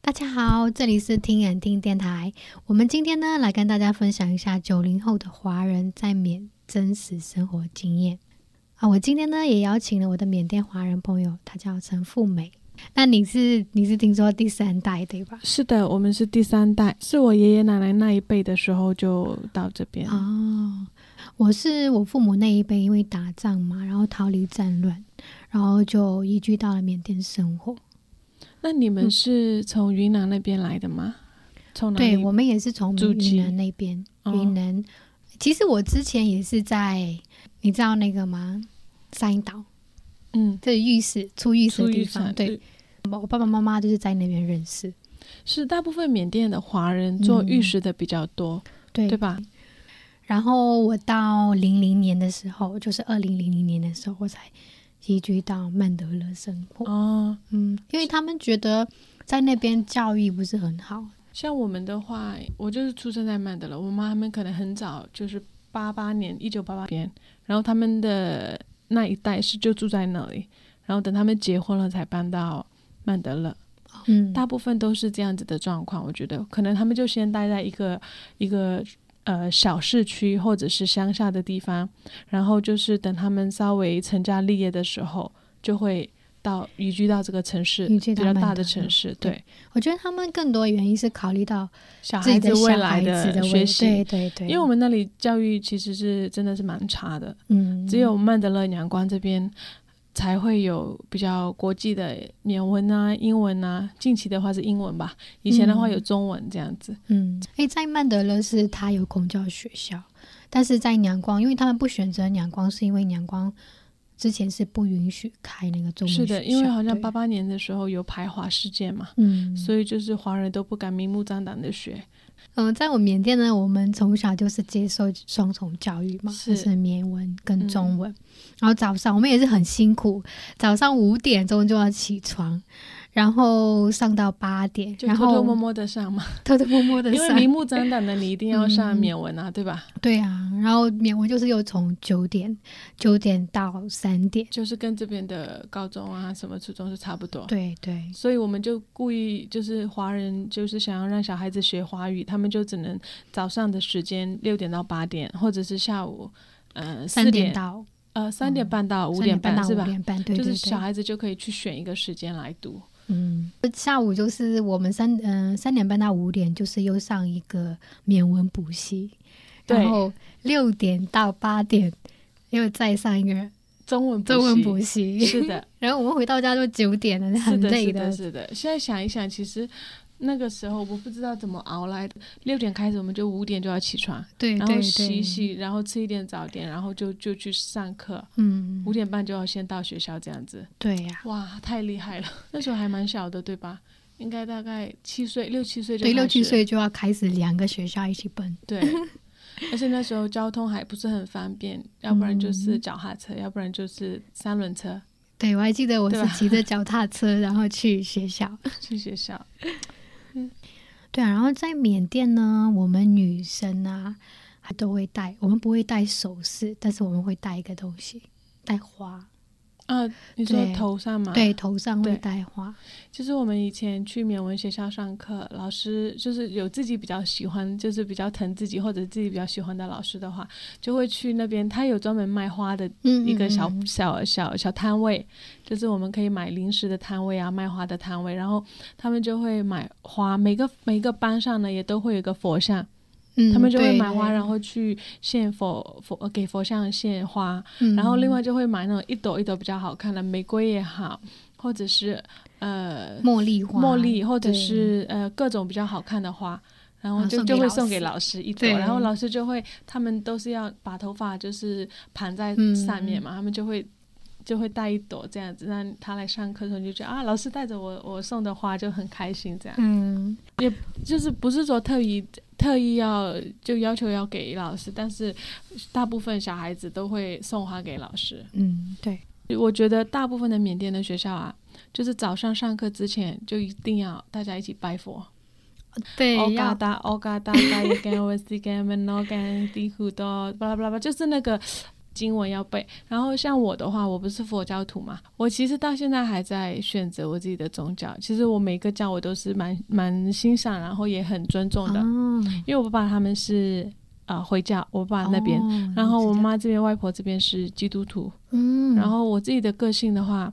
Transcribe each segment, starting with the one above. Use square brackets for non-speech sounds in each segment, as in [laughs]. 大家好，这里是听眼听电台。我们今天呢，来跟大家分享一下九零后的华人在缅真实生活经验啊。我今天呢，也邀请了我的缅甸华人朋友，他叫陈富美。那你是你是听说第三代对吧？是的，我们是第三代，是我爷爷奶奶那一辈的时候就到这边。哦，我是我父母那一辈，因为打仗嘛，然后逃离战乱，然后就移居到了缅甸生活。那你们是从云南那边来的吗？从哪对里？我们也是从祖云籍南那边，哦云南。其实我之前也是在，你知道那个吗？三岛，嗯，这浴室出浴室出的玉地产方。对，，我爸爸妈妈就是在那边认识。是大部分缅甸的华人做玉石的比较多，对，对吧？然后我到零零年的时候，就是二零零零年的时候，我才移居到曼德勒生活。哦，嗯，因为他们觉得在那边教育不是很好。像我们的话，我就是出生在曼德勒，我妈他们可能很早就是八八年，一九八八年，然后他们的那一代是就住在那里，然后等他们结婚了才搬到曼德勒。嗯，大部分都是这样子的状况，我觉得可能他们就先待在一个一个呃小市区或者是乡下的地方，然后就是等他们稍微成家立业的时候，就会到移居到这个城市移比居到较曼大德的勒城市，嗯对对我觉得他们更多原因是考虑到小自己孩的子小未来孩子的未学习。对对对，因为我们那里教育其实是真的是蛮差的，嗯，只有曼德勒阳光这边才会有比较国际的缅文啊、英文啊。近期的话是英文吧，以前的话嗯有中文这样子。嗯，诶，在曼德勒是它有孔教学校，但是在仰光，因为他们不选择仰光，是因为仰光之前是不允许开那个中文是的，学因为校好像对八八年的时候有排华事件嘛，嗯，所以就是华人都不敢明目张胆的学。嗯、在我缅甸呢，我们从小就是接受双重教育嘛，是就是缅文跟嗯中文。然后早上我们也是很辛苦，早上五点钟就要起床，然后上到八点，就然偷后偷摸摸的上嘛， [laughs] 偷偷摸摸的因为上嗯明，目张胆的你一定要上缅文啊，对吧？对啊，然后缅文就是又从九点九点到三点，就是跟这边的高中啊、什么初中是差不多。对对，所以我们就故意就是华人就是想要让小孩子学华语，他们就只能早上的时间六点到八点，或者是下午呃三四点点到嗯呃三点半到五三点半半到是五吧？点半，对对就是小对，孩子就可以去选一个时间来读。嗯，下午就是我们三嗯、三点半到五点就是又上一个缅文补习，对然后六点到八点又再上一个中文中文习补习，是的， [laughs] 然后我们回到家就九点 [laughs] 了，是很的，累是的，是的。现在想一想，其实那个时候我不知道怎么熬来的。六点开始，我们就五点就要起床，对然哎对后对，洗一洗，然后吃一点早点，然后就就去上课。嗯五，点半就要先到学校，这样子。对呀、哇，太厉害了！ [laughs] 那时候还蛮小的，对吧？应该大概七岁、六七岁就对，开六七始岁就要开始两个学校一起奔，对。而且那时候交通还不是很方便， [laughs] 要不然就是嗯脚踏车，要不然就是三轮车对我还记得我对是吧骑着脚踏车然后去学校。去学校。对啊，然后在缅甸呢，我们女生啊，还都会戴，我们不会戴首饰，但是我们会戴一个东西，戴花，啊，你说对头上吗？对，头上会对戴花，就是我们以前去缅文学校上课，老师就是有自己比较喜欢，就是比较疼自己或者自己比较喜欢的老师的话，就会去那边，他有专门卖花的嗯，一个小、嗯嗯小小小摊位，就是我们可以买零食的摊位啊，卖花的摊位，然后他们就会买花，每个每个班上呢也都会有一个佛像，嗯他们就会对买花，对然后去献佛佛呃给佛像献花，嗯然后另外就会买那种一朵一朵比较好看的玫瑰也好，或者是呃茉莉花，茉莉或者对是呃各种比较好看的花，然然后后就送就给会老送给师老师一朵，对然后老师就会他们都是要把头发就是盘在嗯上面嘛，他们就会。就会带一朵这样子，让他来上课的时候你就觉得啊，老师带着我我送的花就很开心，这样、嗯，就是不是说特意特意要就要求要给老师，但是大部分小孩子都会送花给老师。嗯，对，我觉得大部分的缅甸的学校啊，就是早上上课之前就一定要大家一起拜佛。对，哦嘎要达哦嘎达嘎一干我西干门哦干地虎多巴拉巴拉巴拉，就是那个经文要背。然后像我的话，我不是佛教徒嘛，我其实到现在还在选择我自己的宗教。其实我每个教我都是蛮蛮欣赏，然后也很尊重的，哦，因为我爸爸他们是啊、呃回教，我爸爸那边，哦然后我，是妈这边外婆这边是基督徒。这样嗯，然后我自己的个性的话，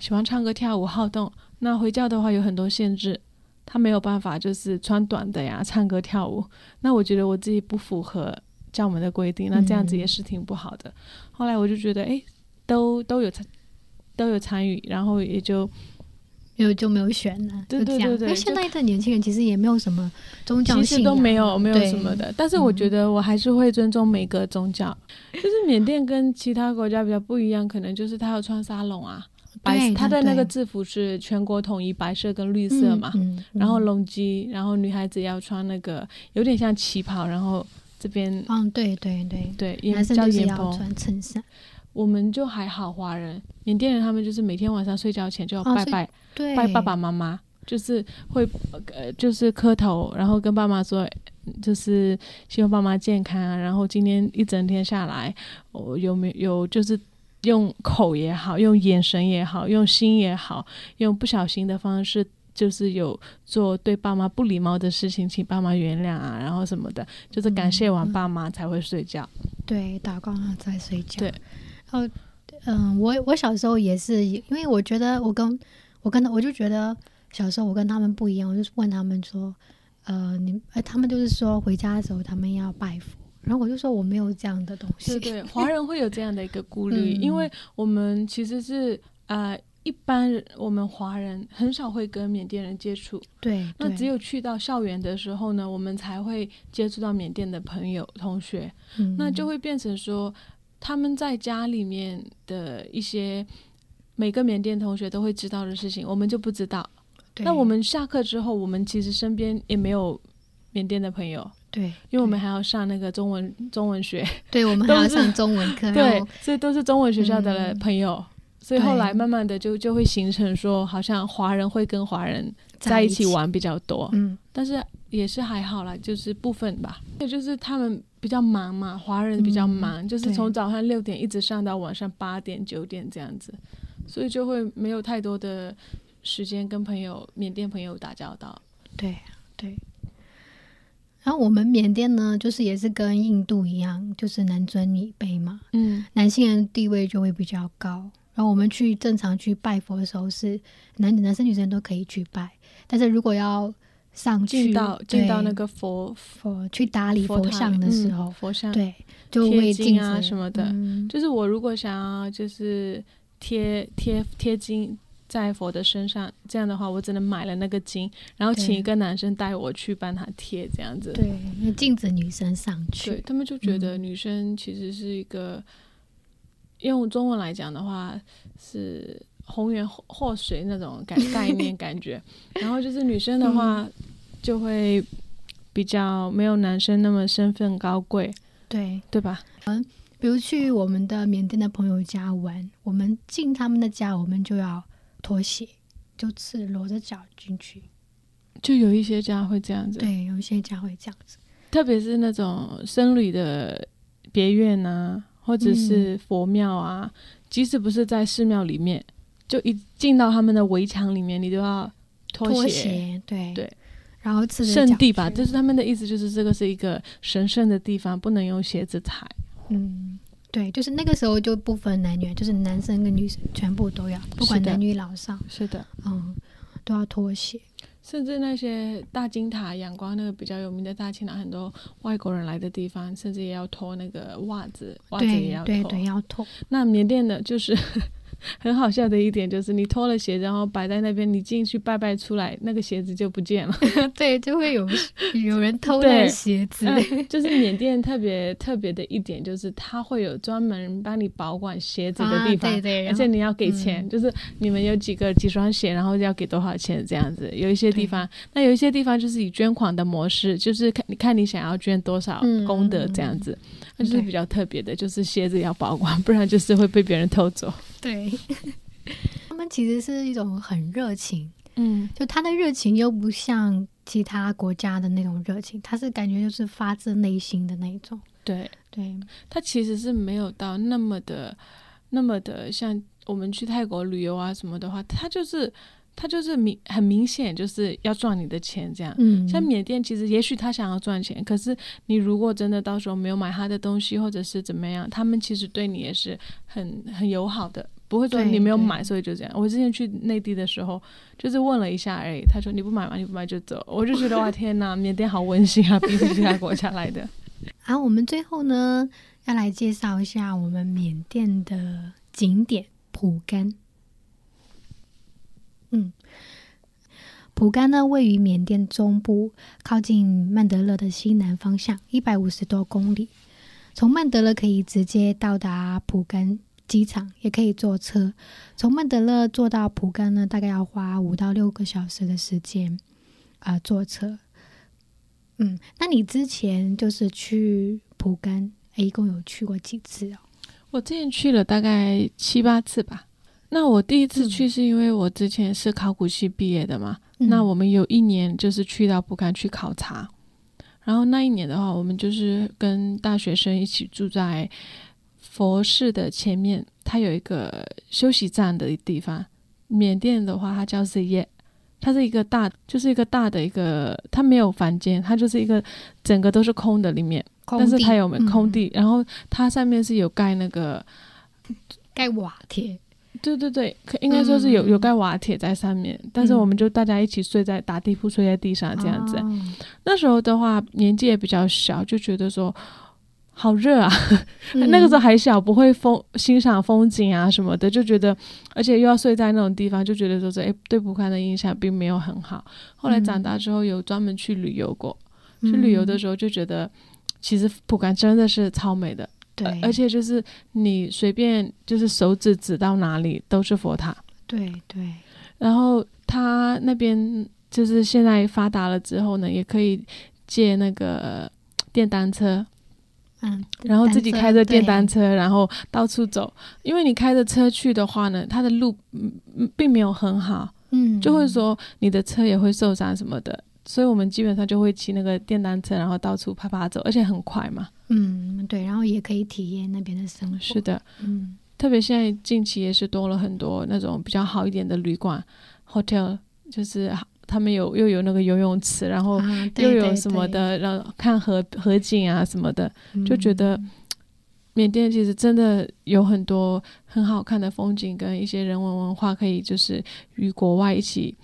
喜欢唱歌跳舞好动。那回教的话有很多限制，他没有办法就是穿短的呀，唱歌跳舞。那我觉得我自己不符合教门的规定，那这样子嗯也是挺不好的。后来我就觉得，哎，都都有参都有参与，然后也就没有就没有选了，对就这对样对对那就现在的年轻人其实也没有什么宗教其信实仰，都没有没有啊对嗯什么的。但是我觉得我还是会尊重每个宗教。就是缅甸跟其他国家比较不一样，可能就是他要穿沙龙啊，白对他的那个对制服是全国统一白色跟绿色嘛，嗯嗯然后嗯隆基，然后女孩子要穿那个有点像旗袍，然后这边、嗯，对对对，对也男生叫就是眼要蓬，穿衬衫，我们就还好，华人缅甸人他们就是每天晚上睡觉前就要哦拜睡拜、对，拜爸爸妈妈，就是会呃就是磕头，然后跟爸妈说。就是希望爸妈健康啊，然后今天一整天下来，我、有没有就是用口也好，用眼神也好，用心也好，用不小心的方式，就是有做对爸妈不礼貌的事情，请爸妈原谅啊，然后什么的，就是感谢完爸妈才会睡觉。对，打光了再睡觉。对，然后嗯，我我小时候也是，因为我觉得我跟我跟我就觉得小时候我跟他们不一样，我就是问他们说，呃，你呃，他们就是说回家的时候他们要拜佛，然后我就说我没有这样的东西，对对，华人会有这样的一个顾虑，嗯因为我们其实是啊、呃一般人我们华人很少会跟缅甸人接触， [laughs] 对，那对只有去到校园的时候呢，我们才会接触到缅甸的朋友同学，嗯那就会变成说他们在家里面的一些。每个缅甸同学都会知道的事情，我们就不知道。对那我们下课之后，我们其实身边也没有缅甸的朋友，对，因为我们对还要上那个中文中文学，对我们还要都是上中文课，然对后，所以都是中文学校的哎嗯朋友，所以后来对慢慢的就就会形成说，好像华人会跟华人在一一起，玩比较多，嗯，但是也是还好啦，就是部分吧。也就是他们比较忙嘛，华人比较忙，就是嗯对从早上六点一直上到晚上八点九点这样子，所以就会没有太多的时间跟朋友缅甸朋友打交道。对对。然后我们缅甸呢，就是也是跟印度一样，就是男尊女卑嘛，嗯，男性人地位就会比较高。然后我们去正常去拜佛的时候是男男生女生都可以去拜，但是如果要上去进到进到对那个佛佛去打理佛台像的时嗯候，佛像对，就会贴禁金止啊什么的嗯就是我如果想要就是贴贴贴金在佛的身上，这样的话我只能买了那个金，然后请对一个男生带我去帮他贴，这样子。对，因为禁止女生上对，去。他们就觉得嗯女生其实是一个，用中文来讲的话是红颜祸祸水那种概概 [laughs] 念感觉，然后就是女生嗯的话、就会比较没有男生那么身份高贵，对，对吧？比如去我们的缅甸的朋友家玩，我们进他们的家，我们就要脱鞋，就是裸着脚进去。就有一些家会这样子，对，有一些家会这样子。特别是那种僧侣的别院啊，或者嗯是佛庙啊，即使不是在寺庙里面，就一进到他们的围墙里面，你都要脱鞋。拖鞋，对对，然后赤着圣脚地吧，去就是他们的意思，就是这个是一个神圣的地方，不能用鞋子踩。嗯，对，就是那个时候就不分男女，就是男生跟女生全部都要，不管是的男女老少，是的，嗯，都要脱鞋。甚至那些大金塔、仰光那个比较有名的大金塔，很多外国人来的地方，甚至也要脱那个袜子，袜子也对要脱。对对，要脱。 [laughs] 那缅甸的就是 [laughs] 很好笑的一点，就是你脱了鞋，然后摆在那边，你进去拜拜出来，那个鞋子就不见 [laughs] 了。对，就会 [laughs] 有有人偷对那鞋 [laughs] 子。嗯就是缅甸特别特别的一点，就是它会有专门帮你保管鞋子的地方。啊、对对，而且你要给钱，嗯就是你们有几个几双鞋，然后要给多少钱这样子。有一些地方，那有一些地方就是以捐款的模式，就是看你看你想要捐多少嗯功德嗯嗯这样子，那就是对比较特别的，就是鞋子要保管，不然就是会被别人偷走。对， [laughs] 他们其实是一种很热情，嗯，就他的热情又不像其他国家的那种热情，他是感觉就是发自内心的那一种。对，对，它其实是没有到那么的、那么的像我们去泰国旅游啊什么的话，它就是它就是明很明显就是要赚你的钱这样。嗯，像缅甸，其实也许他想要赚钱，可是你如果真的到时候没有买他的东西，或者是怎么样，他们其实对你也是很很友好的，不会说对你没有对买，所以就这样。我之前去内地的时候，就是问了一下而已，他说你不买吗？你不买就走，我就 [laughs] 觉得哇天哪，缅甸好温馨啊，比起其他国家来的。啊，我们最后呢要来介绍一下我们缅甸的景点蒲甘。嗯，蒲甘呢位于缅甸中部，靠近曼德勒的西南方向，一百五十多公里。从曼德勒可以直接到达蒲甘机场，也可以坐车。从曼德勒坐到蒲甘呢，大概要花五到六个小时的时间啊、坐车。嗯，那你之前就是去蒲甘，诶一共有去过几次哦？我之前去了大概七八次吧。那我第一次去是因为我之前是考古系毕业的嘛，嗯那我们有一年就是去到不敢去考察，然后那一年的话，我们就是跟大学生一起住在佛寺的前面，它有一个休息站的地方。缅甸的话，它叫 z y e 它是一个大，就是一个大的一个，它没有房间，它就是一个整个都是空的里面，空但是地它有嗯空地，然后它上面是有盖那个，盖瓦铁，对对对，可应该说是有、嗯有盖瓦铁在上面，但是嗯我们就大家一起睡在打地铺睡在地啊上这样子，哦那时候的话，年纪也比较小，就觉得说好热啊。嗯 [laughs] 那个时候还小，不会风欣赏风景啊什么的，就觉得，而且又要睡在那种地方，就觉得说这哎对武汉的印象并没有很好。后来嗯长大之后，有专门去旅游过，去旅游的时候就觉得。其实普甘真的是超美的，嗯对，而且就是你随便就是手指指到哪里都是佛塔，对对，然后他那边就是现在发达了之后呢，也可以借那个呃电单车，嗯，然后自己开着电单车车，然后到处走。因为你开着车去的话呢，它的路嗯嗯并没有很好，对，嗯，就会说你的车也会受伤什么的。所以我们基本上就会骑那个电单车，然后到处啪啪走，而且很快嘛。嗯，对，然后也可以体验那边的生活，是，的，嗯特别现在近期也是多了很多那种比较好一点的旅馆，hotel，就是他们有又有那个游泳池，然后啊，对哦又有对什么对的，然后看河河景啊什么的。就觉得嗯缅甸其实真的有很多很好看的风景跟一些人文文化，可以就是与国外一起，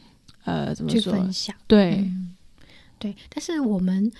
呃，怎么去说？分享。对，嗯，对。但是我们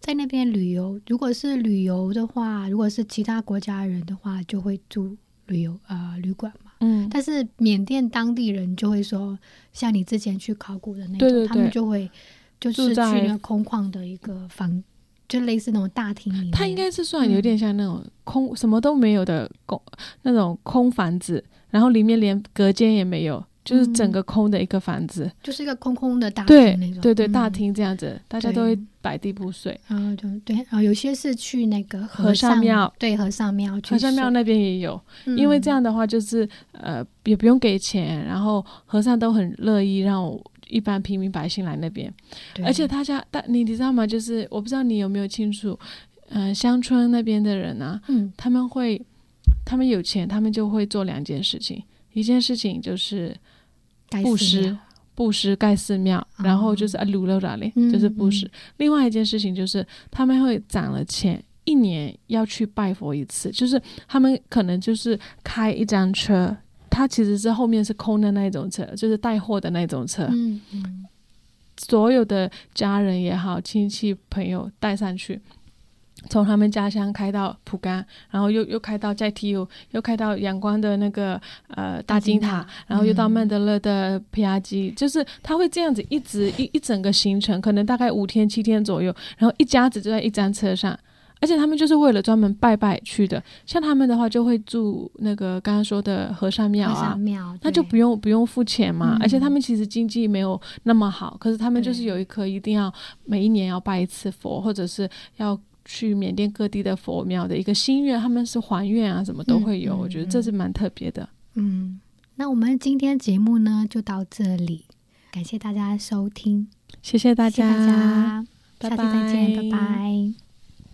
在那边旅游，如果是旅游的话，如果是其他国家人的话，就会住旅游呃旅馆嘛。嗯，但是缅甸当地人就会说，像你之前去考古的那种，对对他们对就会就是住去在那个空旷的一个房，就类似那种大厅里面。它应该是算嗯有点像那种空、什么都没有的空那种空房子，然后里面连隔间也没有，就是整个空的一个房子。就是一个空空的嗯大对厅那种。对对，嗯大。厅这样子，大家都会对摆地铺睡。然后就对，然后有些是去那个和和尚尚庙，对和尚庙去睡，和尚庙那边也有，嗯，因为这样的话就是呃也不用给钱，然后和尚都很乐意让我一般平民百姓来那边，对，而且他家但你你知道吗？就是我不知道你有没有清楚，呃，乡村那边的人啊，嗯，他们会他们有钱，他们就会做两件事情，一件事情就是该布寺施庙。布施盖寺庙，哦然后就是啊，鲁肉达嘞，嗯就是布施。另外一件事情就是他们会攒了钱，一年要去拜佛一次，就是他们可能就是开一张车，它其实是后面是空的那一种车，就是带货的那种车，嗯嗯所有的家人也好，亲戚朋友带上去。从他们家乡开到蒲甘，然后又又开到再提又又开到阳光的那个呃大金塔，然后又到曼德勒的皮亚基，就是他会这样子一直一一整个行程，可能大概五天七天左右，然后一家子就在一张车上，而且他们就是为了专门拜拜去的。像他们的话，就会住那个刚刚说的和尚庙和啊尚，庙，那就对不用不用付钱嘛。嗯而且他们其实经济没有那么好，可是他们就是对有一颗一定要每一年要拜一次佛，或者是要。去缅甸各地的佛庙的一个心愿，他们是还愿啊，什么都会有，嗯嗯我觉得这嗯是蛮特别的。嗯。那我们今天节目呢就到这里，感谢大家收听，谢谢大谢谢家，大家，下拜期再见，拜拜拜